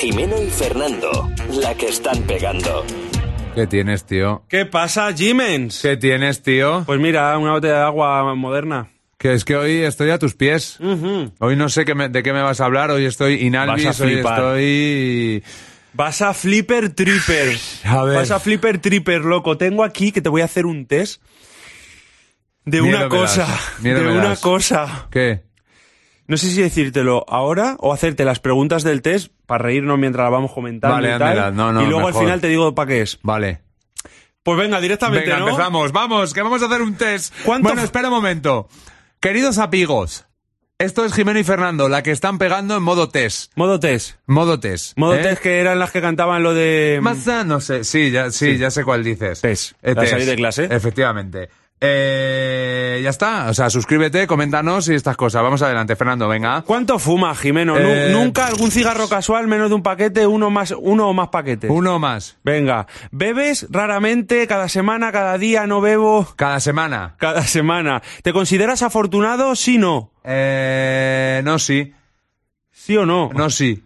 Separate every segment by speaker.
Speaker 1: Jimeno y Fernando, la que están pegando.
Speaker 2: ¿Qué tienes, tío?
Speaker 3: ¿Qué pasa, Jimens?
Speaker 2: ¿Qué tienes, tío?
Speaker 3: Pues mira, una botella de agua moderna.
Speaker 2: Que es que hoy estoy a tus pies.
Speaker 3: Ujú.
Speaker 2: Hoy no sé qué me- de qué me vas a hablar. Hoy estoy
Speaker 3: Vas
Speaker 2: inalvis,
Speaker 3: a
Speaker 2: hoy
Speaker 3: flipar.
Speaker 2: estoy...
Speaker 3: Vas a flipper tripper.
Speaker 2: A ver.
Speaker 3: Vas a flipper tripper, loco. Tengo aquí que te voy a hacer un test de
Speaker 2: Miedo
Speaker 3: una
Speaker 2: me das,
Speaker 3: cosa.
Speaker 2: miedo
Speaker 3: de
Speaker 2: me
Speaker 3: una
Speaker 2: das.
Speaker 3: cosa.
Speaker 2: ¿Qué?
Speaker 3: No sé si decírtelo ahora o hacerte las preguntas del test para reírnos mientras la vamos comentando
Speaker 2: Vale,
Speaker 3: y tal.
Speaker 2: házmelas. No, no,
Speaker 3: y luego
Speaker 2: mejor.
Speaker 3: al final te digo para qué es.
Speaker 2: Vale.
Speaker 3: Pues venga, directamente,
Speaker 2: Venga,
Speaker 3: ¿no?
Speaker 2: empezamos. Vamos, que vamos a hacer un test.
Speaker 3: ¿Cuánto-
Speaker 2: Bueno, espera un momento. Queridos amigos, esto es Jimeno y Fernando, la que están pegando en modo test.
Speaker 3: Modo test.
Speaker 2: Modo test.
Speaker 3: Modo
Speaker 2: ¿eh?
Speaker 3: test que eran las que cantaban lo de...
Speaker 2: Masa, no sé. Sí, ya, sí, ya sé cuál dices.
Speaker 3: Test.
Speaker 2: Eh,
Speaker 3: La
Speaker 2: test.
Speaker 3: salí de clase.
Speaker 2: Efectivamente. Eh, ya está. O sea, suscríbete, coméntanos y estas cosas. Vamos adelante, Fernando, venga.
Speaker 3: ¿Cuánto fuma, Jimeno? Nu-
Speaker 2: Eh,
Speaker 3: Nunca algún cigarro casual, menos de un paquete, uno más, uno o más paquetes.
Speaker 2: Uno más.
Speaker 3: Venga, ¿bebes raramente, cada semana, cada día, no bebo?
Speaker 2: Cada semana.
Speaker 3: Cada semana. ¿Te consideras afortunado? Sí, no.
Speaker 2: Eh, no, sí.
Speaker 3: ¿Sí o no?
Speaker 2: No, sí.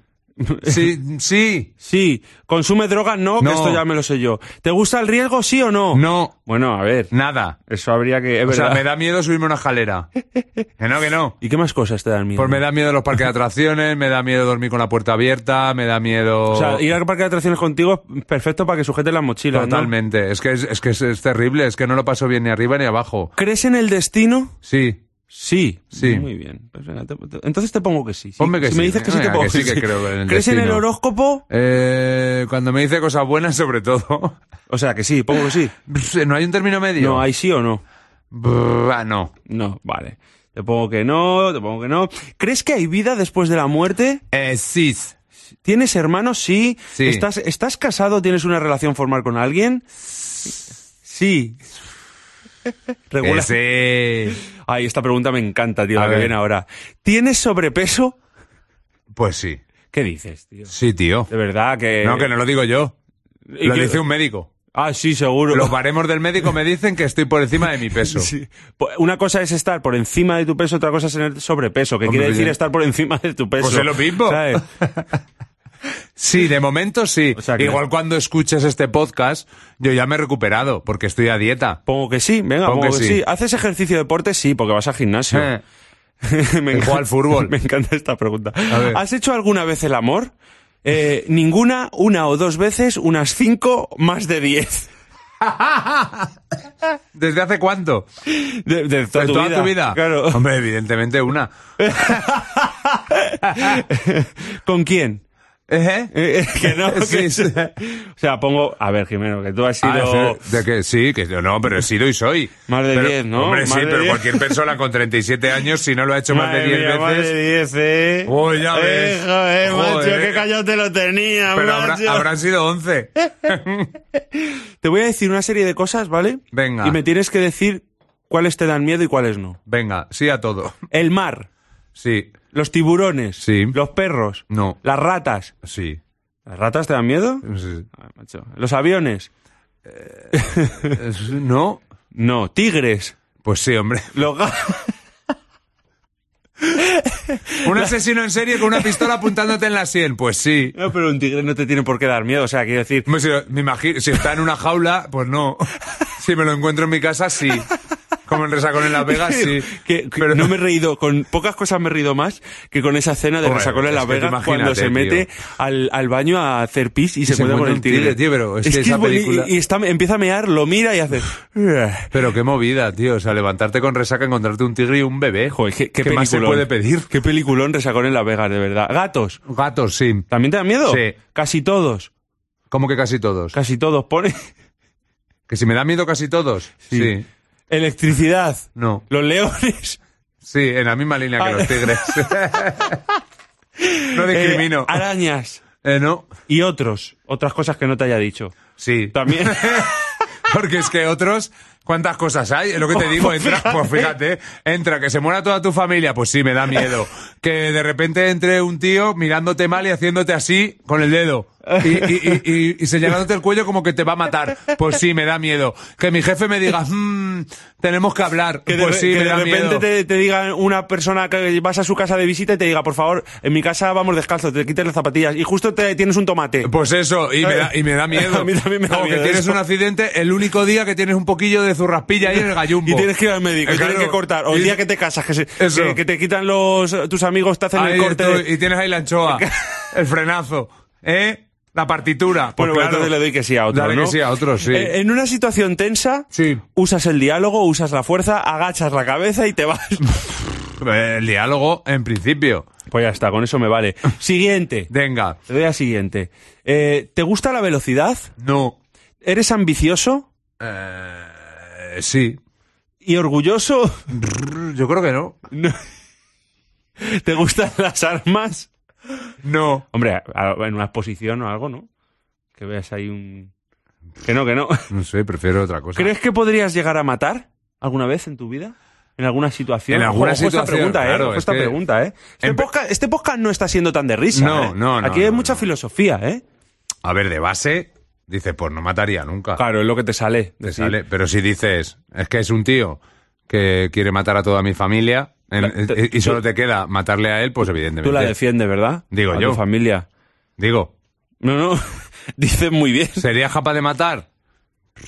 Speaker 2: Sí, sí.
Speaker 3: Sí. ¿Consume drogas? No,
Speaker 2: No.
Speaker 3: que esto ya me lo sé yo. ¿Te gusta el riesgo? Sí o no.
Speaker 2: No.
Speaker 3: Bueno, a ver.
Speaker 2: Nada.
Speaker 3: Eso habría que... es
Speaker 2: O sea,
Speaker 3: verdad.
Speaker 2: me da miedo subirme a una escalera. Que no, que no.
Speaker 3: ¿Y qué más cosas te dan miedo?
Speaker 2: Pues me da miedo los parques de atracciones, me da miedo dormir con la puerta abierta, me da miedo...
Speaker 3: O sea, ir al parque de atracciones contigo es perfecto para que sujetes las mochilas, ¿no?
Speaker 2: Totalmente. Es que, es, es que es, es terrible, es que no lo paso bien ni arriba ni abajo.
Speaker 3: ¿Crees en el destino?
Speaker 2: Sí.
Speaker 3: Sí,
Speaker 2: Sí.
Speaker 3: Muy bien. Pues venga, te- te- entonces te pongo que sí. sí.
Speaker 2: Ponme que
Speaker 3: si
Speaker 2: sí.
Speaker 3: me dices que sí,
Speaker 2: Venga,
Speaker 3: te pongo
Speaker 2: que sí que creo en el
Speaker 3: ¿Crees en el
Speaker 2: destino.
Speaker 3: horóscopo?
Speaker 2: Eh, cuando me dice cosas buenas, sobre todo...
Speaker 3: O sea, que sí, pongo que sí.
Speaker 2: ¿No hay un término medio?
Speaker 3: No, hay sí o no.
Speaker 2: Brr, ah, no.
Speaker 3: No, vale. Te pongo que no, te pongo que no. ¿Crees que hay vida después de la muerte?
Speaker 2: Eh, sis.
Speaker 3: ¿Tienes hermanos? Sí.
Speaker 2: Sí.
Speaker 3: ¿Estás, ¿Estás casado? ¿Tienes una relación formal con alguien? Sí.
Speaker 2: Que
Speaker 3: Regular.
Speaker 2: Eh, sí.
Speaker 3: Ay, esta pregunta me encanta, tío,
Speaker 2: A
Speaker 3: la que
Speaker 2: ver.
Speaker 3: viene ahora. ¿Tienes sobrepeso?
Speaker 2: Pues sí.
Speaker 3: ¿Qué dices, tío?
Speaker 2: Sí, tío.
Speaker 3: De verdad que...
Speaker 2: No, que no lo digo yo.
Speaker 3: Eh, ¿Y
Speaker 2: Lo
Speaker 3: qué-
Speaker 2: dice un médico.
Speaker 3: Ah, sí, seguro.
Speaker 2: Los baremos del médico me dicen que estoy por encima de mi peso.
Speaker 3: Sí. Po- Una cosa es estar por encima de tu peso, otra cosa es tener sobrepeso, que
Speaker 2: Hombre,
Speaker 3: quiere decir
Speaker 2: ya.
Speaker 3: estar por encima de tu peso.
Speaker 2: Pues es lo mismo.
Speaker 3: ¿sabes?
Speaker 2: Sí, de momento sí.
Speaker 3: O sea que-
Speaker 2: Igual cuando escuches este podcast, yo ya me he recuperado porque estoy a dieta.
Speaker 3: Pongo que sí, venga,
Speaker 2: Pongo
Speaker 3: pongo,
Speaker 2: que
Speaker 3: que,
Speaker 2: sí.
Speaker 3: sí. ¿Haces ejercicio de deporte? Sí, porque vas al gimnasio.
Speaker 2: Eh,
Speaker 3: me
Speaker 2: Juego al fútbol.
Speaker 3: Me encanta esta pregunta.
Speaker 2: ver.
Speaker 3: ¿Has hecho alguna vez el amor? Eh, ninguna, una o dos veces, unas cinco, más de diez.
Speaker 2: ¿Desde hace cuánto?
Speaker 3: De, de toda,
Speaker 2: ¿De
Speaker 3: tu,
Speaker 2: toda
Speaker 3: vida.
Speaker 2: tu vida?
Speaker 3: Claro.
Speaker 2: Hombre, evidentemente una.
Speaker 3: ¿Con quién?
Speaker 2: ¿Eh?
Speaker 3: Eh, que no,
Speaker 2: Sí,
Speaker 3: que-
Speaker 2: sí.
Speaker 3: O sea, pongo... A ver, Jimeno, que tú has sido...
Speaker 2: Ah, sí, de que sí, que yo no, pero he sido y soy.
Speaker 3: Más de
Speaker 2: Pero-
Speaker 3: 10, ¿no?
Speaker 2: Hombre,
Speaker 3: Más
Speaker 2: sí,
Speaker 3: de
Speaker 2: pero
Speaker 3: 10.
Speaker 2: cualquier persona con 37 años, si no lo ha hecho más de
Speaker 3: Madre
Speaker 2: 10
Speaker 3: mía,
Speaker 2: veces.
Speaker 3: Más de 10, eh.
Speaker 2: Uy, ya ves.
Speaker 3: Eh, joder, macho,
Speaker 2: Joder.
Speaker 3: qué callado te lo tenía,
Speaker 2: Pero habrá-
Speaker 3: macho.
Speaker 2: habrán sido 11.
Speaker 3: Te voy a decir una serie de cosas, ¿vale?
Speaker 2: Venga.
Speaker 3: Y me tienes que decir cuáles te dan miedo y cuáles no.
Speaker 2: Venga, sí a todo.
Speaker 3: El mar,
Speaker 2: Sí,
Speaker 3: los tiburones,
Speaker 2: Sí.
Speaker 3: los perros,
Speaker 2: No.
Speaker 3: las ratas.
Speaker 2: sí.
Speaker 3: ¿Las ratas te dan miedo?
Speaker 2: Sí.
Speaker 3: Ah, macho. Los aviones,
Speaker 2: ¿No?
Speaker 3: no. Tigres,
Speaker 2: Pues sí, hombre.
Speaker 3: los gatos.
Speaker 2: Un asesino en serie con una pistola apuntándote en la sien. Pues sí.
Speaker 3: No, pero un tigre no te tiene por qué dar miedo, o sea, quiero decir...
Speaker 2: Hombre, Si, me imagino, si está en una jaula, pues no. Si me lo encuentro en mi casa, sí. Como en Resacón en Las Vegas, sí.
Speaker 3: Que, que no me he reído, con pocas cosas me he reído más que con esa escena de
Speaker 2: Joder,
Speaker 3: Resacón en
Speaker 2: es
Speaker 3: Las
Speaker 2: que tú
Speaker 3: Vegas cuando
Speaker 2: imagínate,
Speaker 3: se mete
Speaker 2: tío.
Speaker 3: al, al baño a hacer pis y, se,
Speaker 2: se
Speaker 3: encuentra con
Speaker 2: encuentra
Speaker 3: el
Speaker 2: un
Speaker 3: tigre.
Speaker 2: tigre, tío, pero es que esa
Speaker 3: bueni-
Speaker 2: película-
Speaker 3: Y, y está, empieza a mear, lo mira y hace...
Speaker 2: Pero qué movida, tío. O sea, levantarte con resaca, encontrarte un tigre y un bebé.
Speaker 3: Joder, qué, qué
Speaker 2: ¿Qué más se
Speaker 3: peliculón.
Speaker 2: puede pedir?
Speaker 3: Qué peliculón Resacón en Las Vegas, de verdad. Gatos,
Speaker 2: Gatos, sí.
Speaker 3: ¿también te da miedo?
Speaker 2: Sí.
Speaker 3: Casi todos,
Speaker 2: Como que casi todos.
Speaker 3: casi todos. Pone
Speaker 2: Que si me da miedo casi todos. Sí.
Speaker 3: Sí. electricidad,
Speaker 2: No.
Speaker 3: los leones...
Speaker 2: Sí, en la misma línea que
Speaker 3: Ah.
Speaker 2: los tigres. no
Speaker 3: eh,
Speaker 2: discrimino.
Speaker 3: arañas
Speaker 2: Eh, no.
Speaker 3: y otros, otras cosas que no te haya dicho.
Speaker 2: Sí.
Speaker 3: También...
Speaker 2: Porque es que otros, ¿cuántas cosas hay? Es lo que
Speaker 3: Oh,
Speaker 2: te digo, entra, pues fíjate, entra, que se muera toda tu familia, pues sí, me da miedo. Que de repente entre un tío mirándote mal y haciéndote así con el dedo. y, y, y, y- y señalándote el cuello como que te va a matar. Pues sí, me da miedo. Que mi jefe me diga, "Mm, tenemos que hablar.
Speaker 3: Que de,
Speaker 2: pues
Speaker 3: re-
Speaker 2: sí,
Speaker 3: que
Speaker 2: me
Speaker 3: de
Speaker 2: da
Speaker 3: repente
Speaker 2: miedo.
Speaker 3: te, te diga una persona que vas a su casa de visita y te diga, por favor, en mi casa vamos descalzos, te quites las zapatillas y justo te tienes un tomate.
Speaker 2: Pues eso, y me da, y me da miedo.
Speaker 3: A mí también me da
Speaker 2: O que
Speaker 3: miedo
Speaker 2: tienes
Speaker 3: eso.
Speaker 2: un accidente el único día que tienes un poquillo de zurraspilla ahí en el gallumbo. Eh,
Speaker 3: Y tienes que ir al médico, y
Speaker 2: Claro.
Speaker 3: tienes que cortar. O
Speaker 2: Y-
Speaker 3: el día que te casas, que, se-
Speaker 2: Eso.
Speaker 3: que, que te quitan los tus amigos, te hacen
Speaker 2: Ahí
Speaker 3: el corte.
Speaker 2: estoy, y tienes ahí la anchoa, el frenazo, ¿eh? La partitura. Pues
Speaker 3: Bueno,
Speaker 2: claro.
Speaker 3: entonces le doy que sí a otro.
Speaker 2: Dale
Speaker 3: ¿no?
Speaker 2: que sí a otro, sí.
Speaker 3: Eh, en una situación tensa,
Speaker 2: Sí.
Speaker 3: usas el diálogo, usas la fuerza, agachas la cabeza y te vas.
Speaker 2: Eh, El diálogo, en principio.
Speaker 3: Pues ya está, con eso me vale. Siguiente.
Speaker 2: Venga.
Speaker 3: Te doy la siguiente. Eh, ¿Te gusta la velocidad?
Speaker 2: No.
Speaker 3: ¿Eres ambicioso
Speaker 2: Eh, sí.
Speaker 3: y orgulloso?
Speaker 2: Yo creo que no.
Speaker 3: No. ¿Te gustan las armas?
Speaker 2: No.
Speaker 3: Hombre, a- en una exposición o algo, ¿no? Que veas ahí un... Que no, que no.
Speaker 2: No sé, prefiero otra cosa.
Speaker 3: ¿Crees que podrías llegar a matar alguna vez en tu vida? ¿En alguna situación?
Speaker 2: En alguna
Speaker 3: Ojo, ojo esta
Speaker 2: situación,
Speaker 3: pregunta, ¿eh?
Speaker 2: claro,
Speaker 3: Ojo
Speaker 2: es
Speaker 3: esta
Speaker 2: que-
Speaker 3: pregunta, ¿eh? Este,
Speaker 2: En pe-
Speaker 3: podcast, este podcast no está siendo tan de risa.
Speaker 2: No,
Speaker 3: ¿eh?
Speaker 2: no, no,
Speaker 3: Aquí hay
Speaker 2: no,
Speaker 3: mucha
Speaker 2: no.
Speaker 3: filosofía, ¿eh?
Speaker 2: A ver, de base, dices, pues no mataría nunca.
Speaker 3: Claro, es lo que te sale.
Speaker 2: Te sale. Pero si dices, es que es un tío que quiere matar a toda mi familia en-
Speaker 3: Te-
Speaker 2: y- y solo te queda matarle a él, pues evidentemente.
Speaker 3: Tú la defiendes, ¿verdad?
Speaker 2: Digo
Speaker 3: a
Speaker 2: yo.
Speaker 3: Tu familia.
Speaker 2: Digo,
Speaker 3: No, no. Dices muy bien.
Speaker 2: ¿serías capaz de matar?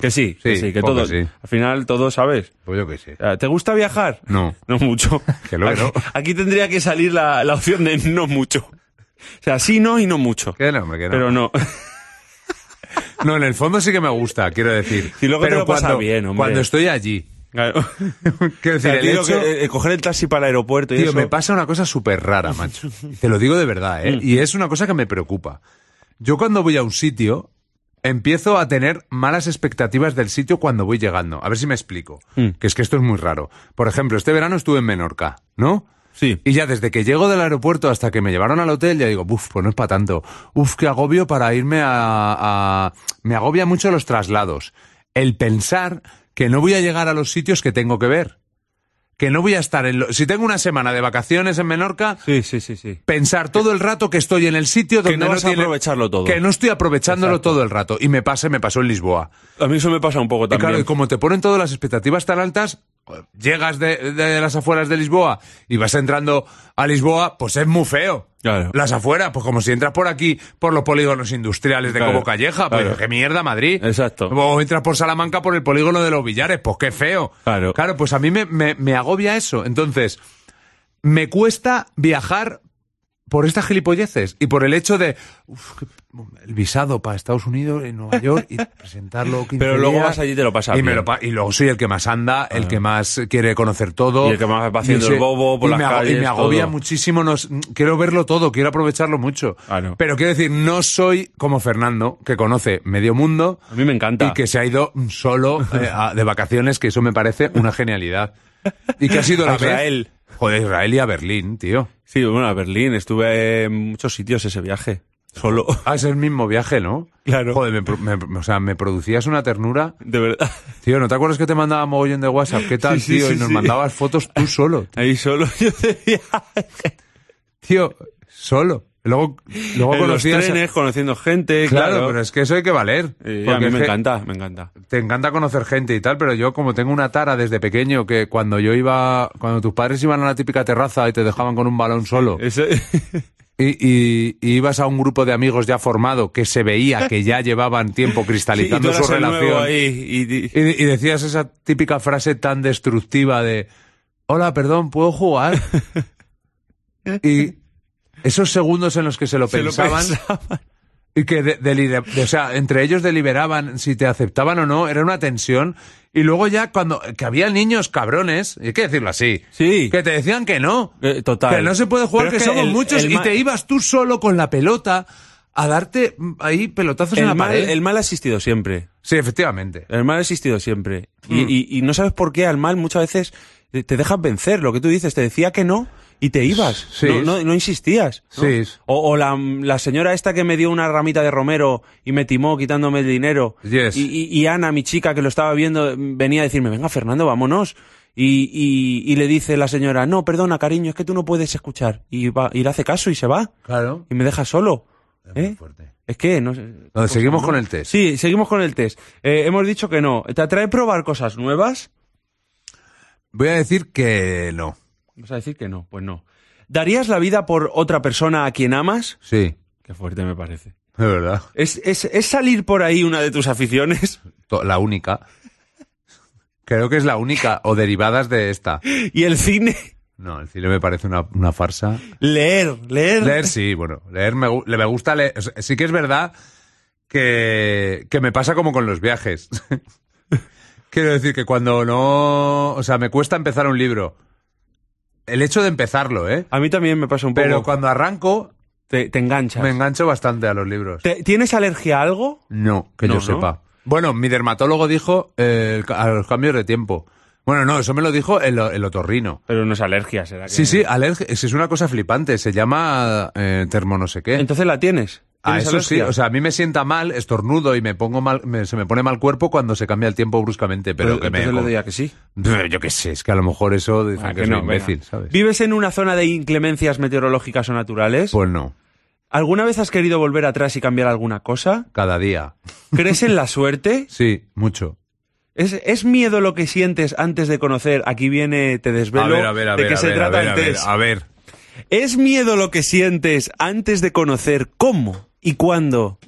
Speaker 3: Que sí, que
Speaker 2: Sí,
Speaker 3: sí, que
Speaker 2: poco
Speaker 3: todo.
Speaker 2: sí.
Speaker 3: Al final todo sabes.
Speaker 2: Pues yo que sí.
Speaker 3: Ah, ¿Te gusta viajar?
Speaker 2: No.
Speaker 3: No mucho.
Speaker 2: Que lo que
Speaker 3: aquí,
Speaker 2: no.
Speaker 3: aquí tendría que salir la, la opción de no mucho. O sea, sí, no y no mucho.
Speaker 2: ¿Qué no, hombre, que no.
Speaker 3: Pero no.
Speaker 2: No, en el fondo sí que me gusta, quiero decir.
Speaker 3: Y luego te
Speaker 2: pero
Speaker 3: lo pasa
Speaker 2: cuando,
Speaker 3: bien, hombre.
Speaker 2: cuando estoy allí.
Speaker 3: Claro.
Speaker 2: Quiero
Speaker 3: O sea,
Speaker 2: decir, el
Speaker 3: tío,
Speaker 2: hecho-
Speaker 3: que, eh, coger el taxi para el aeropuerto y
Speaker 2: Tío,
Speaker 3: eso.
Speaker 2: me pasa una cosa súper rara, macho. Te lo digo de verdad,
Speaker 3: Mm.
Speaker 2: ¿eh? Y es una cosa que me preocupa. Yo cuando voy a un sitio, empiezo a tener malas expectativas del sitio cuando voy llegando. A ver si me explico.
Speaker 3: Mm.
Speaker 2: Que es que esto es muy raro. Por ejemplo, este verano estuve en Menorca, ¿no?
Speaker 3: Sí.
Speaker 2: Y ya desde que llego del aeropuerto hasta que me llevaron al hotel, ya digo, uff, pues no es para tanto. Uf, qué agobio para irme a, a- Me agobia mucho los traslados. El pensar que no voy a llegar a los sitios que tengo que ver. Que no voy a estar en... lo- Si tengo una semana de vacaciones en Menorca,
Speaker 3: Sí, sí, sí, sí.
Speaker 2: pensar todo el rato que estoy en el sitio donde
Speaker 3: no
Speaker 2: no
Speaker 3: vas a
Speaker 2: tiene-
Speaker 3: aprovecharlo todo.
Speaker 2: Que no estoy aprovechándolo todo el rato. Y me pasa, me pasó en Lisboa.
Speaker 3: A mí eso me pasa un poco
Speaker 2: Y claro,
Speaker 3: también.
Speaker 2: y como te ponen todas las expectativas tan altas, llegas de, de las afueras de Lisboa y vas entrando a Lisboa, pues es muy feo.
Speaker 3: Claro.
Speaker 2: Las afueras, pues como si entras por aquí, por los polígonos industriales de
Speaker 3: Claro,
Speaker 2: Cobo Calleja, pues
Speaker 3: claro.
Speaker 2: qué mierda Madrid.
Speaker 3: Exacto.
Speaker 2: O entras por Salamanca por el polígono de los Villares, pues qué feo.
Speaker 3: Claro.
Speaker 2: Claro, pues a mí me, me- me agobia eso. Entonces, me cuesta viajar por estas gilipolleces y por el hecho de uf, que- el visado para Estados Unidos en Nueva York y presentarlo 15
Speaker 3: Pero luego
Speaker 2: días.
Speaker 3: vas allí y te lo pasas
Speaker 2: y, me
Speaker 3: bien. Ah.
Speaker 2: lo pa- y luego soy el que más anda el que más quiere conocer todo
Speaker 3: Y el que más va haciendo
Speaker 2: Y ese-
Speaker 3: el bobo por
Speaker 2: y
Speaker 3: las
Speaker 2: me ago- y
Speaker 3: calles,
Speaker 2: me agobia
Speaker 3: todo.
Speaker 2: muchísimo nos, quiero verlo todo quiero aprovecharlo mucho
Speaker 3: Claro.
Speaker 2: pero quiero decir no soy como Fernando que conoce medio mundo
Speaker 3: A mí me encanta.
Speaker 2: y que se ha ido solo eh, a- de vacaciones, que eso me parece una genialidad. Y que ha sido la
Speaker 3: A
Speaker 2: vez-
Speaker 3: Israel.
Speaker 2: Joder, Israel y a Berlín, tío.
Speaker 3: Sí, bueno, a Berlín. Estuve en muchos sitios ese viaje. Solo.
Speaker 2: Ah, es el mismo viaje, ¿no?
Speaker 3: Claro.
Speaker 2: Joder, me, pro- me- o sea, me producías una ternura.
Speaker 3: De verdad.
Speaker 2: Tío, ¿no te acuerdas que te mandaba mogollón de WhatsApp? ¿Qué tal,
Speaker 3: Sí, sí,
Speaker 2: tío?
Speaker 3: sí,
Speaker 2: y nos
Speaker 3: sí.
Speaker 2: mandabas fotos tú solo.
Speaker 3: Ahí solo yo de viaje.
Speaker 2: Tío, solo. Luego, luego
Speaker 3: En los
Speaker 2: conocías... a-
Speaker 3: trenes, conociendo gente,
Speaker 2: Claro,
Speaker 3: claro.
Speaker 2: pero es que eso hay que valer.
Speaker 3: Eh, a
Speaker 2: Porque
Speaker 3: mí
Speaker 2: es
Speaker 3: me
Speaker 2: que
Speaker 3: encanta, me encanta.
Speaker 2: Te encanta conocer gente y tal, pero yo como tengo una tara desde pequeño que cuando yo iba, cuando tus padres iban a la típica terraza y te dejaban con un balón solo,
Speaker 3: Ese-
Speaker 2: Y, y- y ibas a un grupo de amigos ya formado que se veía que ya llevaban tiempo
Speaker 3: Sí, y tú
Speaker 2: cristalizando
Speaker 3: eras
Speaker 2: su
Speaker 3: el nuevo
Speaker 2: relación.
Speaker 3: ahí, y- y-
Speaker 2: Y, y decías esa típica frase tan destructiva de Hola, perdón, ¿puedo jugar? y esos segundos en los que se lo
Speaker 3: se lo
Speaker 2: pensaban
Speaker 3: pensaban.
Speaker 2: y que de- delira- de- o sea, entre ellos deliberaban si te aceptaban o no, era una tensión. Y luego ya cuando que había niños cabrones, y hay que decirlo así,
Speaker 3: Sí.
Speaker 2: que te decían que no.
Speaker 3: Eh, total.
Speaker 2: Que no se puede jugar,
Speaker 3: Pero
Speaker 2: que,
Speaker 3: es que
Speaker 2: somos
Speaker 3: el-
Speaker 2: muchos
Speaker 3: el
Speaker 2: y
Speaker 3: ma-
Speaker 2: te ibas tú solo con la pelota a darte mm, ahí pelotazos en la
Speaker 3: El mal,
Speaker 2: pared.
Speaker 3: el mal ha existido siempre.
Speaker 2: Sí, efectivamente.
Speaker 3: El mal ha existido siempre.
Speaker 2: Hmm.
Speaker 3: Y, y- y no sabes por qué al mal muchas veces te te dejas vencer. Lo que tú dices, te decía que no y te ibas.
Speaker 2: Sí.
Speaker 3: No, no- no insistías. ¿no?
Speaker 2: Sí.
Speaker 3: O, o la, la señora esta que me dio una ramita de romero y me timó quitándome el dinero.
Speaker 2: Yes.
Speaker 3: Y, y- y Ana, mi chica que lo estaba viendo, venía a decirme, venga Fernando, vámonos. Y, y- y le dice la señora, no, perdona cariño, es que tú no puedes escuchar. Y, va, y le hace caso y se va.
Speaker 2: Claro.
Speaker 3: Y me deja solo.
Speaker 2: Es
Speaker 3: ¿Eh?
Speaker 2: muy fuerte.
Speaker 3: Es que no sé.
Speaker 2: Entonces, seguimos con el test.
Speaker 3: Sí, seguimos con el test. Eh, hemos dicho que no. ¿Te atrae probar cosas nuevas?
Speaker 2: Voy a decir que no.
Speaker 3: Vas a decir que no, pues no. ¿Darías la vida por otra persona a quien amas?
Speaker 2: Sí,
Speaker 3: Qué fuerte me parece.
Speaker 2: de verdad.
Speaker 3: ¿Es, es, es salir por ahí una de tus aficiones?
Speaker 2: To- La única. Creo que es la única, o derivadas de esta.
Speaker 3: ¿Y el cine?
Speaker 2: No, el cine me parece una, una farsa.
Speaker 3: Leer, leer.
Speaker 2: Leer sí, bueno, leer me, gu- le- me gusta leer. O sea, sí que es verdad que, que me pasa como con los viajes. Quiero decir que cuando no... O sea, me cuesta empezar un libro. El hecho de empezarlo, ¿eh?
Speaker 3: A mí también me pasa un poco.
Speaker 2: Pero cuando arranco,
Speaker 3: te, te enganchas.
Speaker 2: me engancho bastante a los libros.
Speaker 3: ¿Te- ¿Tienes alergia a algo?
Speaker 2: No, que yo
Speaker 3: No, ¿no?
Speaker 2: sepa. Bueno, mi dermatólogo dijo eh, el ca- a los cambios de tiempo. Bueno, no, eso me lo dijo el, o- el otorrino.
Speaker 3: Pero no es alergia, será que.
Speaker 2: Sí, sí, alergia, es es una cosa flipante, se llama eh, termo no sé qué.
Speaker 3: Entonces la tienes.
Speaker 2: Ah,
Speaker 3: ¿Tienes
Speaker 2: eso sí,
Speaker 3: alergia?
Speaker 2: o sea, a mí me sienta mal, estornudo y me pongo mal, me- se me pone mal cuerpo cuando se cambia el tiempo bruscamente, pero, que me...
Speaker 3: entonces le diría que sí.
Speaker 2: Pff, Yo qué sé, es que a lo mejor eso dicen
Speaker 3: Ah,
Speaker 2: que,
Speaker 3: que
Speaker 2: soy
Speaker 3: no, venga.
Speaker 2: imbécil, ¿sabes?
Speaker 3: ¿Vives en una zona de inclemencias meteorológicas o naturales?
Speaker 2: Pues no,
Speaker 3: ¿Alguna vez has querido volver atrás y cambiar alguna cosa?
Speaker 2: cada día.
Speaker 3: ¿Crees en la suerte?
Speaker 2: Sí, mucho.
Speaker 3: ¿Es, es miedo lo que sientes antes de conocer? Aquí viene, te desvelo
Speaker 2: a ver, a ver, a
Speaker 3: de
Speaker 2: ver,
Speaker 3: qué
Speaker 2: a
Speaker 3: se
Speaker 2: ver, a
Speaker 3: trata
Speaker 2: ver, a
Speaker 3: el
Speaker 2: ver,
Speaker 3: test.
Speaker 2: a ver.
Speaker 3: ¿Es miedo lo que sientes antes de conocer cómo y cuándo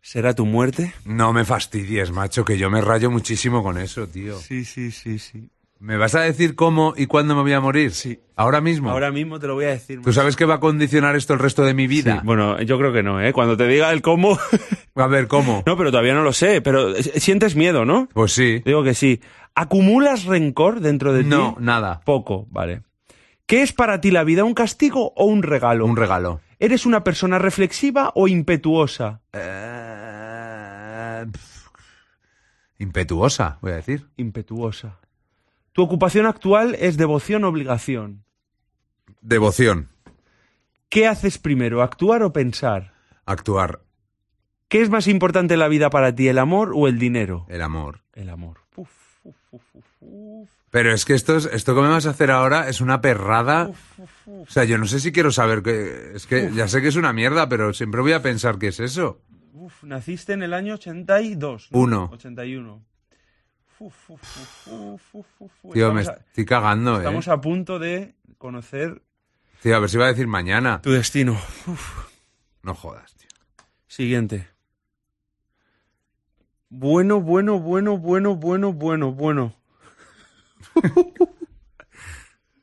Speaker 3: será tu muerte?
Speaker 2: No me fastidies, macho, que yo me rayo muchísimo con eso, tío.
Speaker 3: Sí, sí, sí, sí.
Speaker 2: ¿Me vas a decir cómo y cuándo me voy a morir?
Speaker 3: Sí.
Speaker 2: Ahora mismo.
Speaker 3: Ahora mismo te lo voy a decir.
Speaker 2: ¿Tú sabes que va a condicionar esto el resto de mi
Speaker 3: Pues Sí,
Speaker 2: vida?
Speaker 3: bueno, yo creo que no, ¿eh? Cuando te diga el cómo...
Speaker 2: A ver, ¿cómo?
Speaker 3: no, pero todavía no lo sé, pero eh, sientes miedo, ¿no?
Speaker 2: Pues sí.
Speaker 3: Digo que sí. ¿Acumulas rencor dentro de ti?
Speaker 2: No, nada.
Speaker 3: Poco, vale. ¿Qué es para ti la vida, un castigo o un regalo?
Speaker 2: Un regalo.
Speaker 3: ¿Eres una persona reflexiva o impetuosa?
Speaker 2: Eh, pf, Impetuosa, voy a decir.
Speaker 3: Impetuosa. ¿Tu ocupación actual es devoción o obligación?
Speaker 2: Devoción.
Speaker 3: ¿Qué haces primero, actuar o pensar?
Speaker 2: Actuar.
Speaker 3: ¿Qué es más importante en la vida para ti, el amor o el dinero?
Speaker 2: El amor.
Speaker 3: El amor. Uf, uf, uf, uf, uf.
Speaker 2: Pero es que esto, es- esto que me vas a hacer ahora es una perrada. O sea, yo no sé si quiero saber que... Es que ya sé que es una mierda, pero siempre voy a pensar que es eso.
Speaker 3: Uf, naciste en el año 82. ¿no?
Speaker 2: Uno.
Speaker 3: 81. Uf, uf, uf, uf, uf, uf, uf.
Speaker 2: Tío, me
Speaker 3: Estamos Pues a-
Speaker 2: estoy cagando, eh.
Speaker 3: Estamos a punto de conocer
Speaker 2: Tío, a ver si va a decir mañana.
Speaker 3: tu destino.
Speaker 2: No jodas, tío.
Speaker 3: Siguiente. Bueno, bueno, bueno, bueno, bueno, bueno, bueno.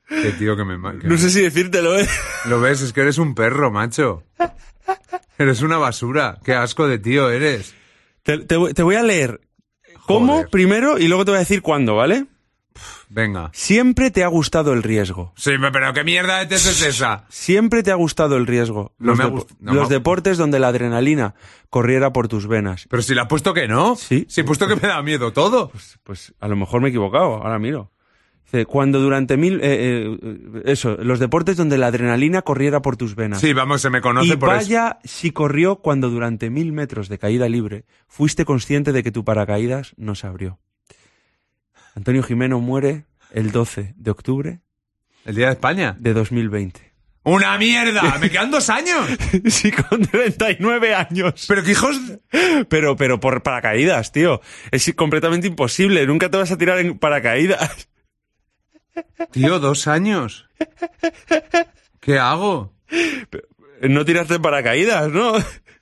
Speaker 2: Qué tío que me... ma- que
Speaker 3: No
Speaker 2: me-
Speaker 3: sé si decírtelo, ¿eh?
Speaker 2: Lo ves, es que eres un perro, macho. Eres una basura. Qué asco de tío eres.
Speaker 3: Te, te voy- te voy a leer cómo
Speaker 2: Joder.
Speaker 3: primero y luego te voy a decir cuándo, ¿vale?
Speaker 2: Venga.
Speaker 3: Siempre te ha gustado el riesgo.
Speaker 2: Sí, me- pero qué mierda de test es esa.
Speaker 3: Siempre te ha gustado el riesgo.
Speaker 2: No
Speaker 3: los
Speaker 2: me ha
Speaker 3: depo-
Speaker 2: gust- no
Speaker 3: los
Speaker 2: me ha-
Speaker 3: deportes donde la adrenalina corriera por tus venas.
Speaker 2: Pero si le has puesto que no.
Speaker 3: Sí.
Speaker 2: Si he puesto que me da miedo todo.
Speaker 3: Pues a lo mejor me he equivocado, ahora miro. Dice, cuando durante mil... eh, eh, eso, los deportes donde la adrenalina corriera por tus venas.
Speaker 2: Sí, vamos, se me conoce
Speaker 3: y
Speaker 2: por eso.
Speaker 3: vaya si corrió cuando durante mil metros de caída libre fuiste consciente de que tu paracaídas no se abrió. Antonio Jimeno muere el 12 de octubre
Speaker 2: El día de España.
Speaker 3: de 2020.
Speaker 2: ¡Una mierda! ¡Me quedan dos años!
Speaker 3: sí, con 39 años.
Speaker 2: Pero que hijos...
Speaker 3: Pero, pero por paracaídas, tío. Es completamente imposible. Nunca te vas a tirar en paracaídas.
Speaker 2: Tío, dos años. ¿Qué hago?
Speaker 3: No tiraste en paracaídas, ¿no?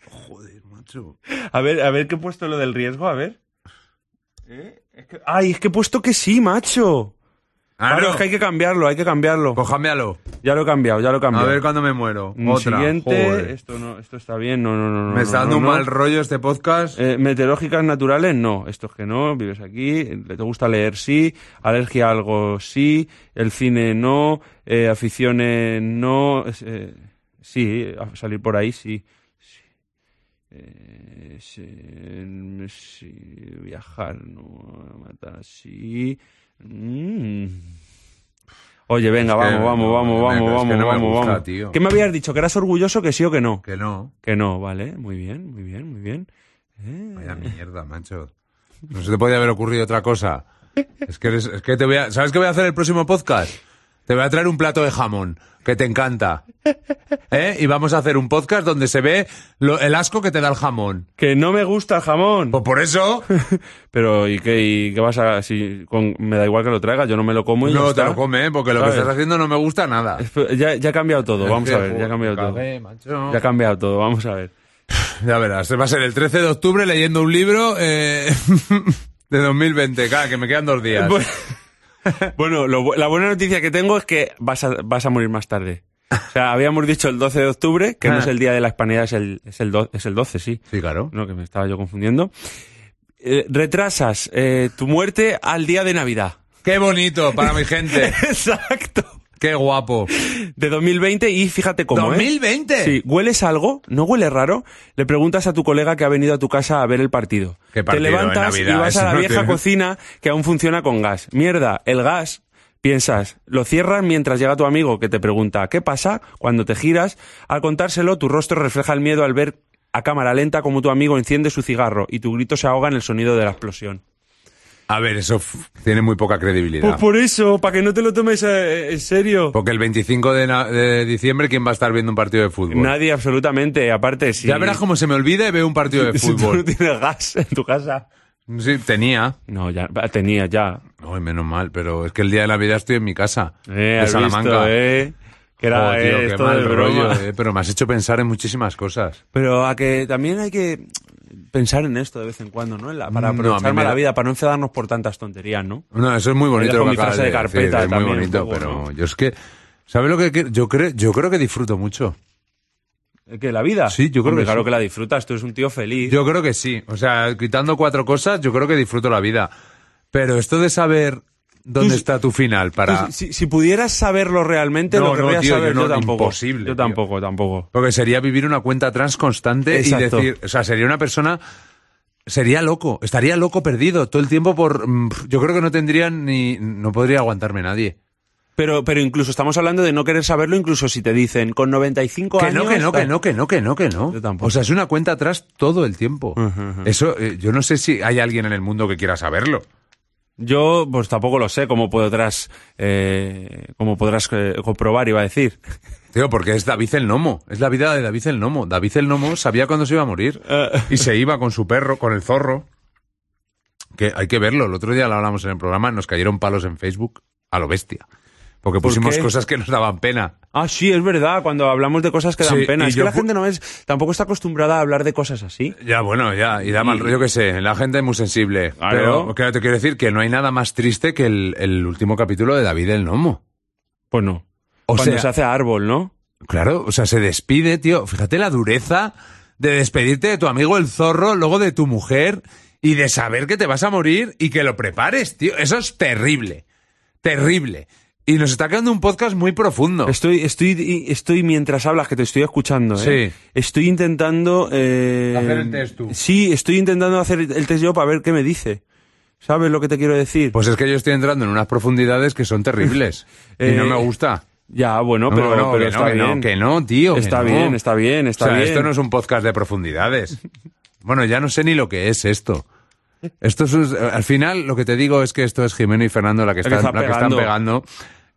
Speaker 2: Joder, macho.
Speaker 3: A ver, a ver qué he puesto lo del riesgo, a ver. ¿Eh? Es que- Ay, es que he puesto que sí, macho.
Speaker 2: Ah,
Speaker 3: Claro,
Speaker 2: no.
Speaker 3: es que hay que cambiarlo, hay que cambiarlo.
Speaker 2: Pues cámbialo.
Speaker 3: Ya lo he cambiado, ya lo he
Speaker 2: A
Speaker 3: cambiado.
Speaker 2: ver cuándo me muero.
Speaker 3: Mm,
Speaker 2: Otra.
Speaker 3: Siguiente,
Speaker 2: Joder.
Speaker 3: esto no, esto está bien, no, no, no. no,
Speaker 2: Me está
Speaker 3: no,
Speaker 2: dando
Speaker 3: no,
Speaker 2: un
Speaker 3: no.
Speaker 2: mal rollo este podcast.
Speaker 3: Eh, meteorológicas naturales, no. Esto es que no, vives aquí, eh, te gusta leer, sí. Alergia a algo, sí. El cine, no. Eh, aficiones, no. Es, eh, sí, a- salir por ahí, sí. Sí. Eh, sí, mm, sí. Viajar, no. Matar, sí. Mm. Oye, venga,
Speaker 2: que
Speaker 3: vamos, vamos,
Speaker 2: no,
Speaker 3: vamos,
Speaker 2: venga,
Speaker 3: vamos,
Speaker 2: es
Speaker 3: vamos,
Speaker 2: que no me
Speaker 3: vamos,
Speaker 2: gusta,
Speaker 3: vamos.
Speaker 2: tío.
Speaker 3: ¿Qué me habías dicho? ¿Que eras orgulloso? ¿Que sí o que no?
Speaker 2: Que no.
Speaker 3: Que no, vale. Muy bien, muy bien, muy bien. Eh,
Speaker 2: Vaya mierda, macho. No se te podía haber ocurrido otra cosa. Es que, eres- es que te voy a... ¿Sabes qué voy a hacer el próximo podcast? Te voy a traer un plato de jamón, que te encanta. ¿Eh? Y vamos a hacer un podcast donde se ve lo- el asco que te da el jamón.
Speaker 3: Que no me gusta el jamón.
Speaker 2: Pues por eso
Speaker 3: Pero, ¿y qué, y qué vas a...? Si con- me da igual que lo traiga, yo no me lo como y ya
Speaker 2: no te
Speaker 3: está.
Speaker 2: lo come, ¿eh? porque lo que
Speaker 3: ¿Sabes?
Speaker 2: estás haciendo no me gusta nada.
Speaker 3: Espe- Ya, ya ha cambiado todo, vamos
Speaker 2: Es
Speaker 3: a
Speaker 2: que,
Speaker 3: ver, ya ha
Speaker 2: joder,
Speaker 3: cambiado todo.
Speaker 2: cabrón, macho.
Speaker 3: Ya ha cambiado todo, vamos a ver.
Speaker 2: Ya verás, va a ser el 13 de octubre leyendo un libro eh, de 2020, claro, que me quedan dos días.
Speaker 3: Bu- bueno, lo bu- la buena noticia que tengo es que vas a, vas a morir más tarde. O sea, habíamos dicho el 12 de octubre, que no
Speaker 2: Ah.
Speaker 3: es el día de la hispanidad, es el, es el, do- es el 12, sí.
Speaker 2: Sí, claro.
Speaker 3: No, que me estaba yo confundiendo. Eh, retrasas eh, tu muerte al día de Navidad.
Speaker 2: Qué bonito para mi gente.
Speaker 3: Exacto.
Speaker 2: Qué guapo.
Speaker 3: De 2020 y fíjate cómo, ¿eh?
Speaker 2: ¿2020?
Speaker 3: Sí, ¿hueles algo? ¿No huele raro? Le preguntas a tu colega que ha venido a tu casa a ver el partido.
Speaker 2: ¿Qué partido
Speaker 3: Te
Speaker 2: en
Speaker 3: levantas
Speaker 2: Navidad?
Speaker 3: y vas
Speaker 2: Eso
Speaker 3: a la
Speaker 2: no
Speaker 3: vieja
Speaker 2: tiene-
Speaker 3: cocina que aún funciona con gas. Mierda, el gas. Piensas, lo cierras mientras llega tu amigo que te pregunta ¿qué pasa? Cuando te giras, al contárselo tu rostro refleja el miedo al ver a cámara lenta como tu amigo enciende su cigarro y tu grito se ahoga en el sonido de la explosión.
Speaker 2: A ver, eso f- tiene muy poca credibilidad.
Speaker 3: Pues por eso, para que no te lo tomes eh, en serio.
Speaker 2: Porque el 25 de, na- de diciembre, ¿quién va a estar viendo un partido de fútbol?
Speaker 3: Nadie absolutamente, aparte si,
Speaker 2: Ya verás cómo se me olvida y veo un partido de
Speaker 3: si tú no
Speaker 2: fútbol.
Speaker 3: tienes gas en tu casa.
Speaker 2: Sí, tenía.
Speaker 3: No, ya ah, tenía ya.
Speaker 2: Ay, menos mal, pero es que el día de Navidad estoy en mi casa.
Speaker 3: Eh,
Speaker 2: de
Speaker 3: has visto, eh. Que era
Speaker 2: Joder, tío,
Speaker 3: eh,
Speaker 2: qué
Speaker 3: esto
Speaker 2: mal
Speaker 3: de
Speaker 2: rollo,
Speaker 3: broma.
Speaker 2: eh, pero me has hecho pensar en muchísimas cosas.
Speaker 3: Pero a que también hay que pensar en esto de vez en cuando, ¿no? En la- para
Speaker 2: Mm, No,
Speaker 3: aprovechar
Speaker 2: a mí me
Speaker 3: más la
Speaker 2: da-
Speaker 3: vida, para no enfadarnos por tantas tonterías, ¿no?
Speaker 2: No, eso es muy bonito
Speaker 3: Ahí
Speaker 2: lo
Speaker 3: dejo
Speaker 2: que
Speaker 3: mi
Speaker 2: acabas
Speaker 3: frase de
Speaker 2: decir,
Speaker 3: carpeta
Speaker 2: es muy
Speaker 3: también, un
Speaker 2: bonito,
Speaker 3: poco,
Speaker 2: pero
Speaker 3: ¿no?
Speaker 2: yo es que ¿sabes lo que que- yo creo yo creo que disfruto mucho?
Speaker 3: Que la vida.
Speaker 2: Sí, yo creo
Speaker 3: Hombre,
Speaker 2: que
Speaker 3: claro
Speaker 2: sí.
Speaker 3: que la disfrutas, tú eres un tío feliz.
Speaker 2: Yo creo que sí, o sea, quitando cuatro cosas, yo creo que disfruto la vida. Pero esto de saber dónde
Speaker 3: Tú-
Speaker 2: está tu final para
Speaker 3: Tú, si, si pudieras saberlo realmente,
Speaker 2: No,
Speaker 3: lo
Speaker 2: no,
Speaker 3: querrías
Speaker 2: tío,
Speaker 3: saber
Speaker 2: yo no,
Speaker 3: tampoco.
Speaker 2: imposible,
Speaker 3: yo
Speaker 2: tío.
Speaker 3: tampoco, tampoco.
Speaker 2: Porque sería vivir una cuenta trans constante
Speaker 3: Exacto.
Speaker 2: y decir, o sea, sería una persona, sería loco, estaría loco perdido todo el tiempo por, mm, pf, yo creo que no tendría ni, no podría aguantarme nadie.
Speaker 3: Pero, pero incluso estamos hablando de no querer saberlo, incluso si te dicen con 95
Speaker 2: Que
Speaker 3: años.
Speaker 2: no, que no, que
Speaker 3: tal.
Speaker 2: no, que no, que no, que no.
Speaker 3: Yo tampoco.
Speaker 2: O sea, es una cuenta atrás todo el tiempo. Eso, eh, yo no sé si hay alguien en el mundo que quiera saberlo.
Speaker 3: Yo, pues tampoco lo sé cómo podrás, eh, cómo podrás eh, comprobar, iba a decir.
Speaker 2: Tío, porque es David el Nomo, es la vida de David el Nomo. David el Nomo sabía cuándo se iba a morir
Speaker 3: Eh.
Speaker 2: y se iba con su perro, con el zorro. Que hay que verlo, el otro día lo hablamos en el programa, nos cayeron palos en Facebook a lo bestia. Porque
Speaker 3: ¿Por
Speaker 2: pusimos
Speaker 3: qué?
Speaker 2: cosas que nos daban pena.
Speaker 3: Ah, sí, es verdad, cuando hablamos de cosas que dan
Speaker 2: Sí,
Speaker 3: pena.
Speaker 2: y
Speaker 3: Es que
Speaker 2: yo
Speaker 3: la
Speaker 2: fu-
Speaker 3: gente no es, tampoco está acostumbrada a hablar de cosas así.
Speaker 2: Ya, bueno, ya, y da mal rollo que sé, la gente es muy sensible.
Speaker 3: Claro.
Speaker 2: Pero claro, te quiero decir que no hay nada más triste que el, el último capítulo de David el Nomo.
Speaker 3: Pues no.
Speaker 2: O
Speaker 3: cuando
Speaker 2: sea-
Speaker 3: se hace árbol, ¿no?
Speaker 2: Claro, o sea, se despide, tío. Fíjate la dureza de despedirte de tu amigo el zorro, luego de tu mujer y de saber que te vas a morir y que lo prepares, tío. Eso es terrible. Terrible. Y nos está quedando un podcast muy profundo.
Speaker 3: Estoy, estoy, estoy mientras hablas que te estoy escuchando, ¿eh?
Speaker 2: Sí.
Speaker 3: Estoy intentando, eh,
Speaker 2: Hacer el test tú.
Speaker 3: Sí, estoy intentando hacer el test yo para ver qué me dice. ¿Sabes lo que te quiero decir?
Speaker 2: Pues es que yo estoy entrando en unas profundidades que son terribles. y no
Speaker 3: Eh,
Speaker 2: me gusta.
Speaker 3: ya, bueno, pero,
Speaker 2: no, no,
Speaker 3: pero
Speaker 2: que no,
Speaker 3: está
Speaker 2: que no,
Speaker 3: bien.
Speaker 2: que no, tío. que
Speaker 3: Está
Speaker 2: no.
Speaker 3: bien, está bien, está
Speaker 2: O sea,
Speaker 3: bien.
Speaker 2: esto no es un podcast de profundidades. Bueno, ya no sé ni lo que es esto. Esto es, un- al final lo que te digo es que esto es Jimeno y Fernando la que
Speaker 3: que
Speaker 2: están,
Speaker 3: está
Speaker 2: la que están
Speaker 3: pegando.
Speaker 2: pegando.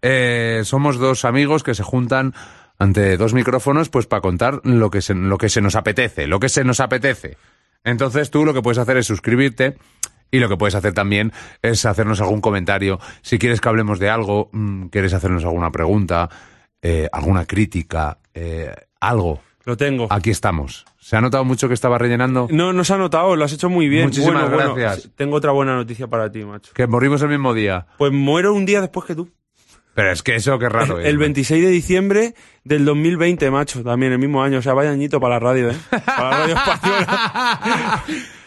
Speaker 2: Eh, somos dos amigos que se juntan ante dos micrófonos pues para contar lo que se, lo que se nos apetece, lo que se nos apetece. Entonces tú lo que puedes hacer es suscribirte y lo que puedes hacer también es hacernos algún comentario. Si quieres que hablemos de algo, mm, quieres hacernos alguna pregunta, eh, alguna crítica, eh, algo.
Speaker 3: Lo tengo.
Speaker 2: Aquí estamos. ¿Se ha notado mucho que estaba rellenando?
Speaker 3: No, no se ha notado, lo has hecho muy bien.
Speaker 2: Muchísimas
Speaker 3: Bueno, bueno,
Speaker 2: gracias.
Speaker 3: tengo otra buena noticia para ti, macho.
Speaker 2: Que morimos el mismo día.
Speaker 3: Pues muero un día después que tú.
Speaker 2: Pero es que eso qué raro es.
Speaker 3: el
Speaker 2: ¿no?
Speaker 3: 26 de diciembre del 2020, macho, también el mismo año. O sea, vaya añito para la radio, ¿eh? Para la radio española.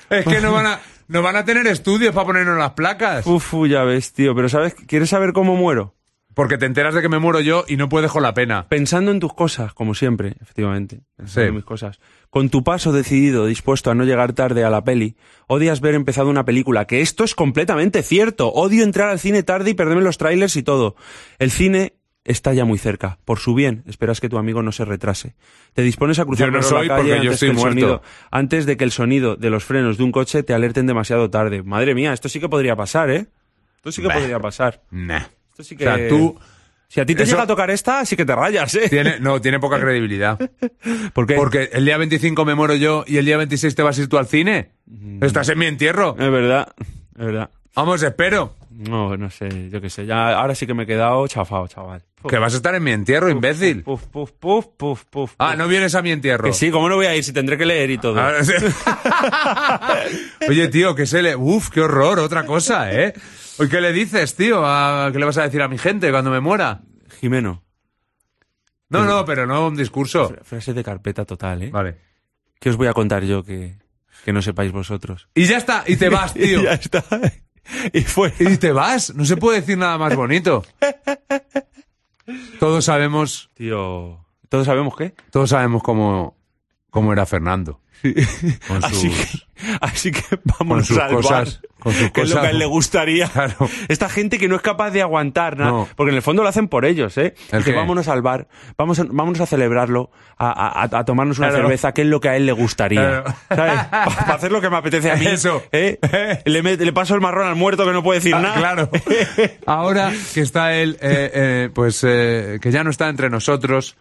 Speaker 2: es que no van a, no van a tener estudios para ponernos las placas.
Speaker 3: Uf, uf, ya ves, tío. Pero ¿sabes? ¿Quieres saber cómo muero?
Speaker 2: Porque te enteras de que me muero yo y no puedes con la pena.
Speaker 3: Pensando en tus cosas, como siempre, efectivamente. Pensando
Speaker 2: Sí.
Speaker 3: en mis cosas. Con tu paso decidido, dispuesto a no llegar tarde a la peli, odias ver empezado una película, que esto es completamente cierto. Odio entrar al cine tarde y perderme los trailers y todo. El cine está ya muy cerca. Por su bien, esperas que tu amigo no se retrase. Te dispones a cruzar
Speaker 2: Yo no
Speaker 3: por
Speaker 2: soy
Speaker 3: la
Speaker 2: porque
Speaker 3: calle
Speaker 2: yo
Speaker 3: antes,
Speaker 2: estoy
Speaker 3: que el
Speaker 2: muerto.
Speaker 3: sonido- antes de que el sonido de los frenos de un coche te alerten demasiado tarde. Madre mía, esto sí que podría pasar, ¿eh? Esto sí que
Speaker 2: Bah.
Speaker 3: podría pasar.
Speaker 2: Nah.
Speaker 3: Esto sí
Speaker 2: O sea,
Speaker 3: que-
Speaker 2: tú
Speaker 3: Si a ti te
Speaker 2: Eso-
Speaker 3: llega a tocar esta, sí que te rayas, ¿eh?
Speaker 2: Tiene, no, tiene poca credibilidad.
Speaker 3: Porque,
Speaker 2: Porque el día 25 me muero yo y el día 26 te vas a ir tú al cine.
Speaker 3: Mm.
Speaker 2: Estás en mi entierro.
Speaker 3: es verdad, es verdad.
Speaker 2: Vamos, espero.
Speaker 3: No, no sé, yo qué sé. Ya, ahora sí que me he quedado chafado, chaval. Puf,
Speaker 2: Que vas a estar en mi entierro, imbécil.
Speaker 3: Puf, puf, puf, puf, puf.
Speaker 2: Ah, no vienes a mi entierro.
Speaker 3: Que sí, ¿cómo no voy a ir si tendré que leer y todo?
Speaker 2: Ahora sí. Oye, tío, que se le... Uf, qué horror, otra cosa, ¿eh? Oye, ¿Qué le dices, tío? ¿A- ¿Qué le vas a decir a mi gente cuando me muera?
Speaker 3: Jimeno,
Speaker 2: No, no, pero no un discurso.
Speaker 3: fra- frase de carpeta total, ¿eh?
Speaker 2: Vale.
Speaker 3: ¿Qué os voy a contar yo que, que no sepáis vosotros?
Speaker 2: Y ya está, y te vas, tío.
Speaker 3: Y ya está. Y fue.
Speaker 2: Y te vas, no se puede decir nada más bonito. Todos sabemos,
Speaker 3: Tío, ¿todos sabemos qué?
Speaker 2: todos sabemos cómo, cómo era Fernando. Con
Speaker 3: Así
Speaker 2: sus-
Speaker 3: que, así que vamos
Speaker 2: sus
Speaker 3: a salvar.
Speaker 2: cosas, con sus
Speaker 3: que es lo que a
Speaker 2: cosas.
Speaker 3: él le gustaría.
Speaker 2: Claro.
Speaker 3: Esta gente que no es capaz de aguantar nada.
Speaker 2: No.
Speaker 3: Porque en el fondo lo hacen por ellos, ¿eh?
Speaker 2: ¿El
Speaker 3: que
Speaker 2: qué?
Speaker 3: vámonos al bar, vamos a, vámonos a celebrarlo, a, a- a- a tomarnos una
Speaker 2: Claro.
Speaker 3: cerveza, que es lo que a él le gustaría.
Speaker 2: Claro.
Speaker 3: Para hacer lo que me apetece a mí.
Speaker 2: Eso.
Speaker 3: ¿eh? Le, met- le paso el marrón al muerto que no puede decir
Speaker 2: Ah,
Speaker 3: nada.
Speaker 2: Claro. Ahora que está él, eh, eh, pues eh, que ya no está entre nosotros,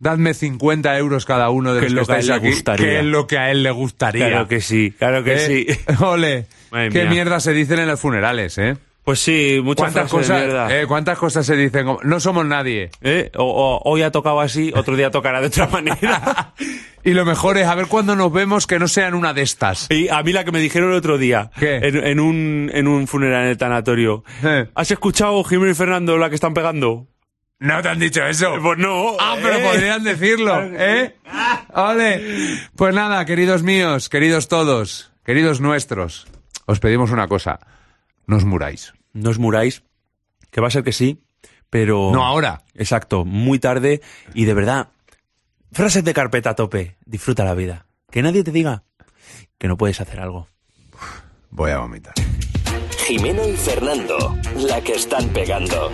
Speaker 2: dadme 50 euros cada uno de
Speaker 3: Que
Speaker 2: los que
Speaker 3: es lo que a él
Speaker 2: estáis
Speaker 3: le
Speaker 2: aquí,
Speaker 3: gustaría.
Speaker 2: que es lo que a él le gustaría.
Speaker 3: Claro que sí, claro que sí.
Speaker 2: Eh, Ole,
Speaker 3: Madre
Speaker 2: qué
Speaker 3: mía.
Speaker 2: mierda se dicen en los funerales, ¿eh?
Speaker 3: Pues sí, muchas
Speaker 2: ¿Cuántas
Speaker 3: frases de
Speaker 2: cosas,
Speaker 3: mierda.
Speaker 2: eh, ¿Cuántas cosas se dicen? como, No somos nadie.
Speaker 3: ¿Eh? O- o hoy ha tocado así, otro día tocará de otra manera.
Speaker 2: Y lo mejor es a ver cuándo nos vemos que no sean una de estas.
Speaker 3: Y a mí la que me dijeron el otro día,
Speaker 2: ¿Qué?
Speaker 3: En, en un, en un funeral en el tanatorio.
Speaker 2: Eh.
Speaker 3: ¿Has escuchado, Jiménez y Fernando, la que están pegando?
Speaker 2: No te han dicho eso.
Speaker 3: Eh, Pues no.
Speaker 2: Ah, pero
Speaker 3: eh.
Speaker 2: podrían decirlo, ¿eh? Ole. Pues nada, queridos míos, queridos todos, queridos nuestros, os pedimos una cosa. No os muráis.
Speaker 3: No os muráis, que va a ser que sí, pero...
Speaker 2: No ahora.
Speaker 3: Exacto, muy tarde y de verdad, frases de carpeta a tope, disfruta la vida. Que nadie te diga que no puedes hacer algo.
Speaker 2: Voy a vomitar.
Speaker 1: Jimeno y Fernando, la que están pegando.